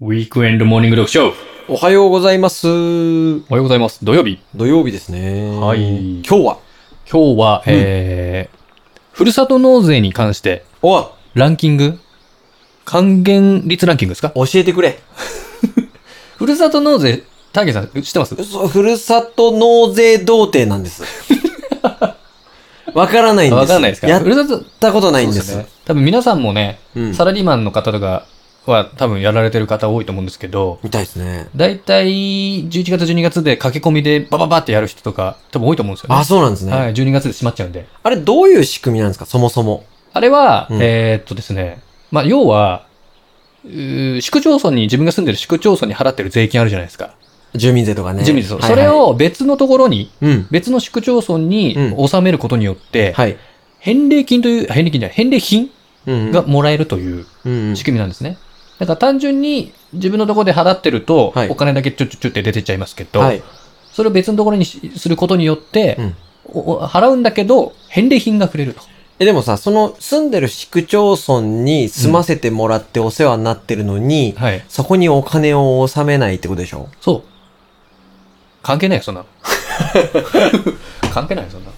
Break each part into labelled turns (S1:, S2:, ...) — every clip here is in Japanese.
S1: ウィークエンドモーニング読書
S2: おはようございます。
S1: おはようございます。土曜日。
S2: 土曜日ですね。
S1: はい
S2: 今日は、
S1: 今日は、
S2: うん
S1: えー、ふるさと納税に関して、
S2: お
S1: ランキング還元率ランキングですか
S2: 教えてくれ。
S1: ふるさと納税、ターゲンさん、知ってます
S2: そうふるさと納税童貞なん です。わからないんです。
S1: わかんないですか
S2: やっ
S1: ふるさと、
S2: たことないん
S1: そ
S2: で
S1: う
S2: す。
S1: ね。多分皆さんもね、
S2: うん
S1: サラリーマンの方とかは多分やられてる方多いと思うんですけど、
S2: みたいですね。
S1: だいたい11月12月で駆け込みでバババってやる人とか多分多いと思うんですよね。
S2: あ、そうなんですね。
S1: はい、12月で閉まっちゃうんで。
S2: あれ、どういう仕組みなんですか、そもそも。
S1: あれは、
S2: うん
S1: えーっとですね、まあ、要は、うー市区町村に、自分が住んでる市区町村に払ってる税金あるじゃないですか。
S2: 住民税とかね。
S1: 自民そう
S2: はい
S1: そ
S2: はい
S1: れ、を別のところに、
S2: うん。
S1: 別の市区町村に
S2: うん
S1: 納めることによって、
S2: はい。
S1: 返礼金という、返礼金じゃない、返礼品
S2: うん
S1: がもらえるという
S2: うんうん
S1: 仕組みなんですね。だから単純に自分のところで払ってると
S2: はい、
S1: お金だけちょちょちょって出てっちゃいますけど、
S2: はい。
S1: それを別のところにしすることによって、
S2: うん
S1: おお払うんだけど、返礼品がくれると。
S2: え、でもさ、その住んでる市区町村に住ませてもらってお世話になってるのに、
S1: はい。
S2: そこにお金を納めないってことでしょ
S1: そう。関係ないよ、そんな の。関係ないよ、そんなの。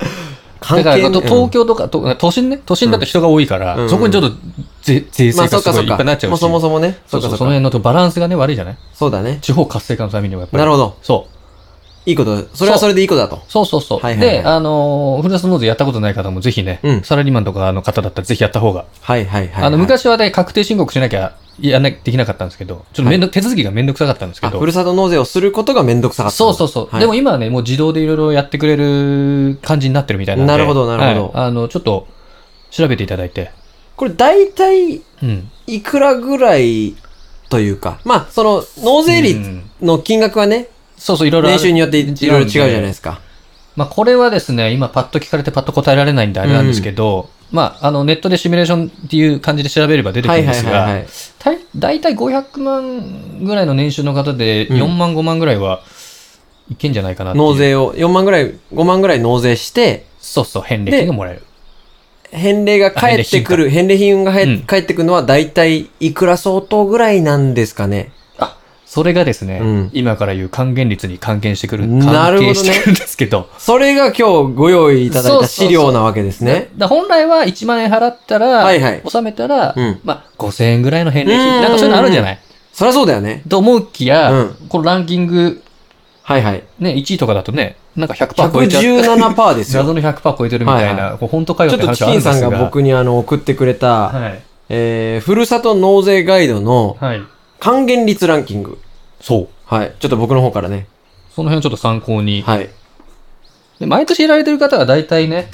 S2: 関
S1: だから、
S2: 係
S1: と東京とか、と都心ね、都心だって人が多いから、
S2: うん
S1: そこにちょっと税税
S2: まあ
S1: 制が
S2: そっ
S1: す
S2: か
S1: ご
S2: そ
S1: いい
S2: っ
S1: っぱい
S2: か。
S1: になっちゃう
S2: もう
S1: し、
S2: そもそもね。
S1: そ
S2: そうう
S1: そ
S2: か
S1: うそ
S2: そ
S1: うの
S2: か。
S1: 辺のとバランスがね、悪いじゃない
S2: そうだね。
S1: 地方活性化のためにはやっぱり。
S2: なるほど。
S1: そう。
S2: いいこと。それはそれでいいことだと。
S1: そうそうそう。
S2: はいはいはい
S1: で、あのー、ふるさと納税やったことない方もぜひね、
S2: うん
S1: サラリーマンとかの方だったらぜひやった方が。
S2: はいはいはいはい。
S1: あの、昔はね、確定申告しなきゃ、やんな、できなかったんですけど、ちょっとめんど、手続きがめんどくさかったんですけ
S2: あ、
S1: ど。
S2: ふるさと納税をすることがめんどくさかった。
S1: そうそうそう。
S2: はい
S1: でも今はね、もう自動でいろいろやってくれる感じになってるみたいなんで。
S2: なるほどなるほど
S1: はいあの、ちょっと、調べていただいて。
S2: これ大体、
S1: うん。
S2: いくらぐらいというか、まあ、その、納税
S1: う
S2: 率
S1: ん
S2: の金額はね、
S1: そうそう、いろいろある。
S2: 年収によっていろいろ違うじゃないです
S1: か。
S2: すか。
S1: まあ、これはですね、今パッと聞かれてパッと答えられないんであれなんですけど、まあ、あの、ネットでシミュレーションっていう感じで調べれば出てく
S2: は
S1: る
S2: い
S1: ん
S2: は
S1: で
S2: い
S1: す
S2: はいは
S1: が、
S2: い。
S1: たい大体500万ぐらいの年収の方で、
S2: うん
S1: 4万5万ぐらいはいけんじゃないかなっていう
S2: 納。税を4万ぐらい、5万ぐらい納税して、
S1: そうそう、返礼金がもらえる。
S2: 返礼が返ってくる、返礼品が返
S1: うん
S2: 返ってくるのは大体いくら相当ぐらいなんですかね。
S1: それがですね、
S2: うん
S1: 今から言う還元率に関係してくる、
S2: なる
S1: 関
S2: ほどね
S1: 係してくるんですけど、
S2: それが今日ご用意いただいた資料なわけですね。
S1: だ本来は1万円払ったら、
S2: はいはい
S1: 納めたら、
S2: うん
S1: まあ、5000円ぐらいの返礼
S2: うんうんう
S1: 品、
S2: ん
S1: なんかそういうのあるじゃない
S2: そりゃそうだよね。
S1: と思うきや、
S2: うん
S1: このランキング、
S2: はいはい。
S1: ね、1位とかだとね、なんか100%超えちゃう。
S2: 117%で すよ。
S1: 謎の100%超えてるみたい
S2: はい
S1: な、こう本当かよっ
S2: ちょってと
S1: 話
S2: チ
S1: はあ
S2: キ
S1: る
S2: ン
S1: んで
S2: さ
S1: す
S2: ん
S1: が。
S2: が僕にあの送ってくれた、
S1: はい。
S2: えー、ふるさと納税ガイドの
S1: はい。
S2: 還元率ランキング。
S1: そう。
S2: はい。ちょっと僕の方からね。
S1: その辺をちょっと参考に。
S2: はい。
S1: で毎年やられてる方は大体ね、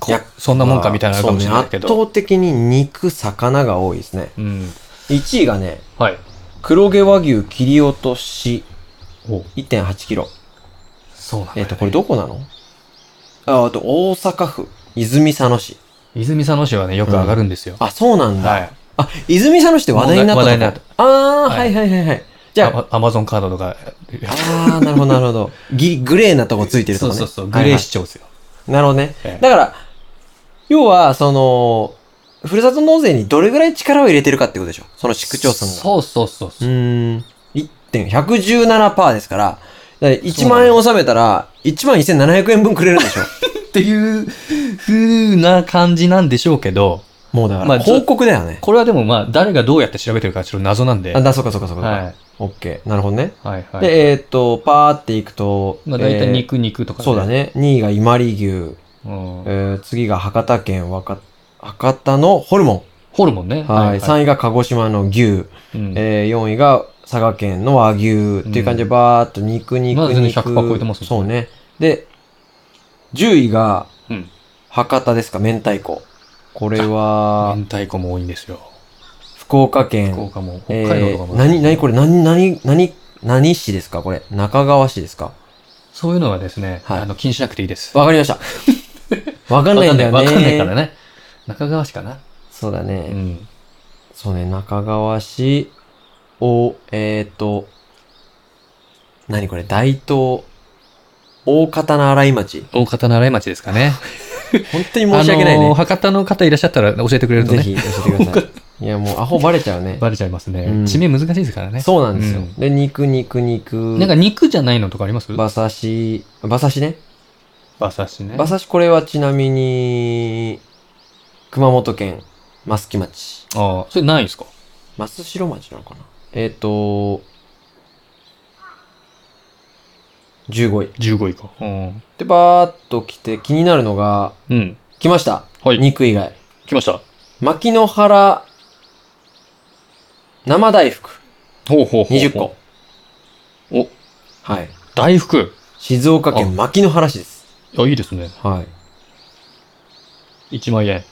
S1: こ
S2: いや
S1: そんなもんかみたいなのあるかもしれないけど。
S2: そうね圧倒的に肉、魚が多いですね。
S1: うん。
S2: 1位がね、
S1: はい。
S2: 黒毛和牛切り落とし
S1: お
S2: 1.8キロ。
S1: そうなんだ
S2: え
S1: よ
S2: っ、
S1: ね
S2: と、これどこなのあ、あと大阪府泉佐野市。
S1: 泉佐野市はね、よく上がるんですよ。
S2: あ、そうなんだ。
S1: はい。
S2: あ、泉佐野市って話題になった
S1: 話題になった
S2: ああー、
S1: は
S2: はいい、はいはいはい。じ
S1: じ
S2: ゃあ、
S1: ゃあ、アマゾンカードとか、
S2: ああ、なるほどなるほど。ギグレーなとこついてると
S1: そ
S2: こ
S1: うそ
S2: ね。
S1: うそう、グレー市長ですよ。
S2: はいはいなるほどね
S1: ええ。
S2: だから、要は、その、ふるさと納税にどれぐらい力を入れてるかってことでしょその市区町村が。
S1: そうそうそう
S2: う
S1: そう。
S2: ーん。1.117%ですから、だから1万円納めたら、1万1700円分くれるん でしょ
S1: っていう風な感じなんでしょうけど、
S2: もうだか
S1: まあ
S2: ら、広告だよね。
S1: これはでもまあ、誰がどうやって調べてるかちょっと謎なんで。
S2: あ、
S1: はい。
S2: だ、そうかそうかそうか。
S1: は
S2: オッケー。なるほどね。
S1: いはい。
S2: で、えーっと、パーっていくと、
S1: まあ、大体
S2: え
S1: 肉肉と
S2: ー
S1: か
S2: そうだ。ね。2位が伊万里牛、
S1: うん
S2: えー次が博多県若、博多のホルモ
S1: ホルモンね。
S2: ン。はい。
S1: はい
S2: 3位が鹿児島の牛、
S1: うん
S2: えー4位が佐賀県の和牛っていう感じで
S1: うん
S2: バーっと肉肉
S1: まだ全然
S2: 肉。
S1: 100%超えてますもん
S2: そうね。で、10位が
S1: うん
S2: 博多ですか、明太子。これは
S1: 明、太子も多いんですよ。
S2: 福岡県。
S1: 福岡も、北
S2: えー
S1: 海道とかも。
S2: 何、何これ、何、何、何、何市ですかこれ。中川市ですか
S1: そういうのはですね、
S2: はい
S1: あの、気にしなくていいです。
S2: わかり ました。わかんないんだよね。
S1: わかんないからね。中川市かな。
S2: そうだね
S1: う。ん。
S2: そうね、中川市を、えっ、ー、と、何これ、大東、大方の新井町。
S1: 大方習い町ですかね。
S2: 本当に申し訳ない
S1: あのー
S2: ね。
S1: 博多の方いらっしゃったら教えてくれると
S2: ぜ
S1: ね。
S2: ひ教えてください。 いや、もうアホバレちゃうね。
S1: バレちゃいますね。
S2: うん
S1: 地名難しいですからね。
S2: そうなんですよ。
S1: うん
S2: で、肉、肉、肉。
S1: なんか肉じゃないのとかあります
S2: 馬刺し、馬刺しね。
S1: 馬刺しね
S2: 馬刺しこれはちなみに、熊本県、益城町。
S1: ああ、それないんですか
S2: 益城町なのかなえっ、と、15位。
S1: ?15 位か。うん。
S2: で、バーっと来て気になるのが、
S1: うん。
S2: 来ました。
S1: はい
S2: 肉以外。
S1: 来ました。
S2: 牧野原、生大福、
S1: ほうほうほう。
S2: 20個。。
S1: お、
S2: はい。
S1: 大福。
S2: 静岡県牧野原市です。
S1: あ、いいですね。
S2: はい。
S1: 1万円。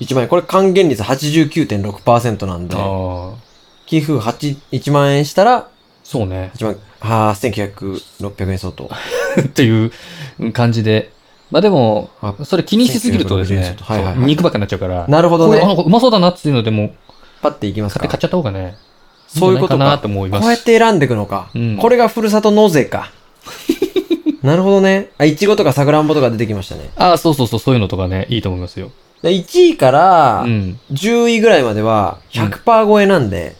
S2: 1万円。これ還元率89.6%なんで、
S1: ああ、
S2: 寄付8、1万円したら、
S1: そうね。
S2: 1万、あー、1900、600円相当。
S1: っていう感じで。まあでも、
S2: あ
S1: それ気にしすぎるとです
S2: 1960円
S1: ね、
S2: 相当はいはいはい
S1: そう肉ばっかになっちゃうから、
S2: なるほど
S1: これあ
S2: ね。
S1: なんかうまそうだなっていうのでも、
S2: パッていきます
S1: 買って買
S2: か
S1: っ。ちゃった方がね、
S2: そういうこと
S1: んじゃなかな
S2: か。
S1: と思い
S2: こ
S1: ます。
S2: うやって選んでいくのか。
S1: うん
S2: これがふるさと納 税か。なるほどね。あ、いちごとかさくらんぼとか出てきましたね。
S1: ああ、そうそうそう、そういうのとかね、いいと思いますよ。
S2: で1位から
S1: うん。
S2: 10位ぐらいまでは100%超えなんで、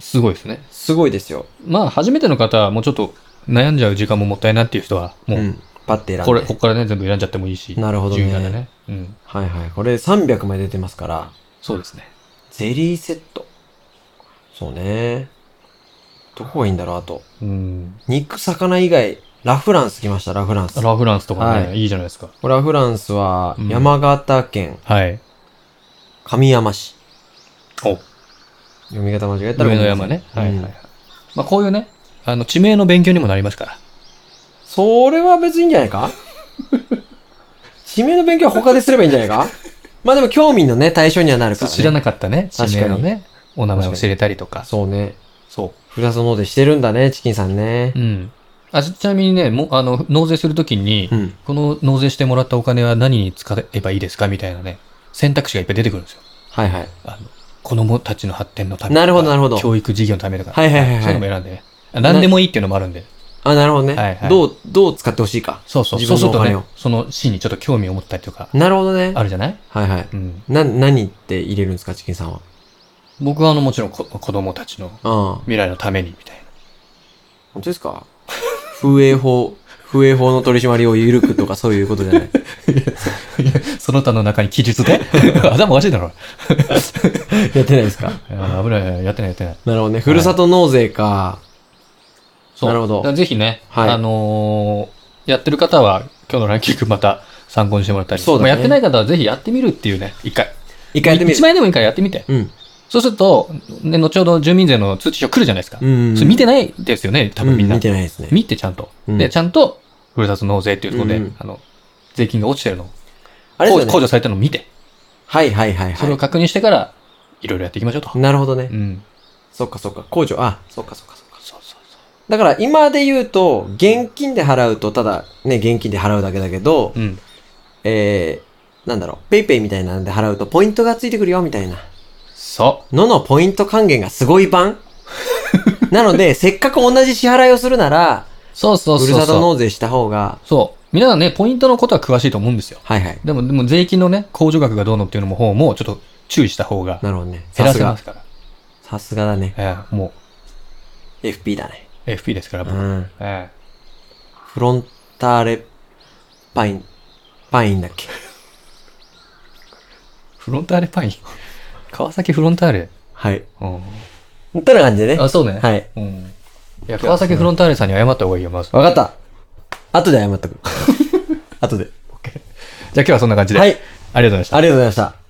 S1: すごいですね。
S2: すごいですよ。
S1: まあ、初めての方は、もうちょっと悩んじゃう時間ももったいないっていう人は、も
S2: う
S1: う、
S2: ん。パッて選んで。
S1: これ、ここからね、全部選んじゃってもいいし。
S2: なるほど
S1: 自由なんで
S2: ね。
S1: ね。うん。
S2: はいはい。これ300まで出てますから、
S1: そうですね。
S2: ゼリーセット。そうね。どこがいいんだろう、あと。
S1: うん。
S2: 肉、魚以外、ラフランス来ました、ラフランス。
S1: ラフランスとかね、、
S2: はい
S1: いじゃないですか。
S2: ラフランスは
S1: うん、
S2: 山形県
S1: はい。
S2: 上山市。
S1: お、
S2: 読み方間違えたら
S1: 上
S2: ご
S1: の
S2: めんなさい
S1: 山ね。はいはいはい。
S2: うん
S1: まあ、こういうね、あの、地名の勉強にもなりますから。
S2: それは別にいいんじゃないか 地名の勉強は他ですればいいんじゃないかまあでも興味のね、対象にはなるから、ね。
S1: 知らなかったね、地
S2: 確かに
S1: 名のね、お名前を知れたりとか。
S2: そうね。
S1: そ
S2: ふるさと納税してるんだね、チキンさんね
S1: う。。うん。あちちなみにね、もあの納税するときに、
S2: うん。
S1: この納税してもらったお金は何に使えばいいですかみたいなね、選択肢がいっぱい出てくるんですよ。
S2: はいはい。
S1: あの子供たちの発展のためとか
S2: なるほどなるほど
S1: 教育事業のためとか、
S2: はいはいはいはい
S1: そういうのも選んでね。あ何でもいいっていうのもあるんで。
S2: あ、なるほどね。
S1: はいはい
S2: どう、どう使ってほしいか。
S1: そうそう。
S2: 自分の
S1: そうすると
S2: お金
S1: ね
S2: を、
S1: そのシーンにちょっと興味を持ったりとか、
S2: なるほどね。
S1: あるじゃない
S2: はいはい。
S1: うん。
S2: な、何って入れるんですか、チキンさんは。
S1: 僕はあの、もちろんこ子供たちの
S2: ああ。
S1: 未来のためにみたいな。
S2: 本当ですか風営法、 風営法の取り締まりを緩くとかそういうこと じゃない。
S1: その他の中に記述で 頭おかしいだろ。
S2: やってないですか
S1: あ危ない、やってない、やってない。
S2: なるほどね。ふるさと納税か。
S1: そう
S2: なるほど
S1: だからぜひね、
S2: はい
S1: あのーやってる方は、今日のランキングまた参考にしてもらったり、
S2: そうだね
S1: まあやってない方はぜひやってみるっていうね、一回。
S2: 一回やってみる
S1: 一。枚でもいいからやってみて。
S2: うん。
S1: そうすると、ね、後ほど住民税の通知書来るじゃないですか。
S2: うん。
S1: それ見てないですよね、多分みんな。
S2: う見てないですね。
S1: 見てちゃんと。
S2: うん
S1: で、ちゃんと、ふるさと納税っていうところで、
S2: うん
S1: あの、税金が落ちてるの、
S2: あれですよ
S1: 控控
S2: ね。
S1: 除されてるのを見て、
S2: はいはいはい
S1: それを
S2: は
S1: 確認してから、いろいろやっていきましょうと。
S2: い。なるほどね。
S1: うん。
S2: そっかそっか。控除、あ、そっかそっかそっか。
S1: そうそう
S2: だから今で言うと、現金で払うと、ただね、現金で払うだけだけど、
S1: そう。うん。
S2: えー、なんだろう、ペイペイみたいなんで払うとポイントがついてくるよ、みたいな。
S1: そ
S2: ののポイント還元がすごい 版なので、せっかく同じ支払いをするなら、
S1: う。そうそう
S2: ふ
S1: そう
S2: る
S1: そう。
S2: さと納税した方が、
S1: そう。皆さんね、ポイントのことは詳しいと思うんですよ。
S2: はいはい。
S1: でも、でも税金のね、控除額がどうのっていうのも方も、ちょっと注意した方が、
S2: なるほどね。
S1: 減
S2: さ
S1: ら
S2: す
S1: せま
S2: が
S1: す。から。
S2: さすがだね。
S1: ええも
S2: FP だね。
S1: う、FP ですから、
S2: う
S1: 僕
S2: ん。
S1: え
S2: フロンターレ、パイン、パインだっけ。
S1: えフロンターレパイン。 川崎フロンターレ。
S2: はい。
S1: うん。
S2: という感じでね。
S1: あ、そうね。い。
S2: はい。
S1: うん。いや、川崎フロンターレさんに謝った方がいいよ、まず。じゃ
S2: わかった。後で謝っとく。後で。
S1: あ今日はそんな感じで。
S2: は
S1: あ
S2: い。あ
S1: り
S2: り
S1: がとうございました
S2: が。とうございました。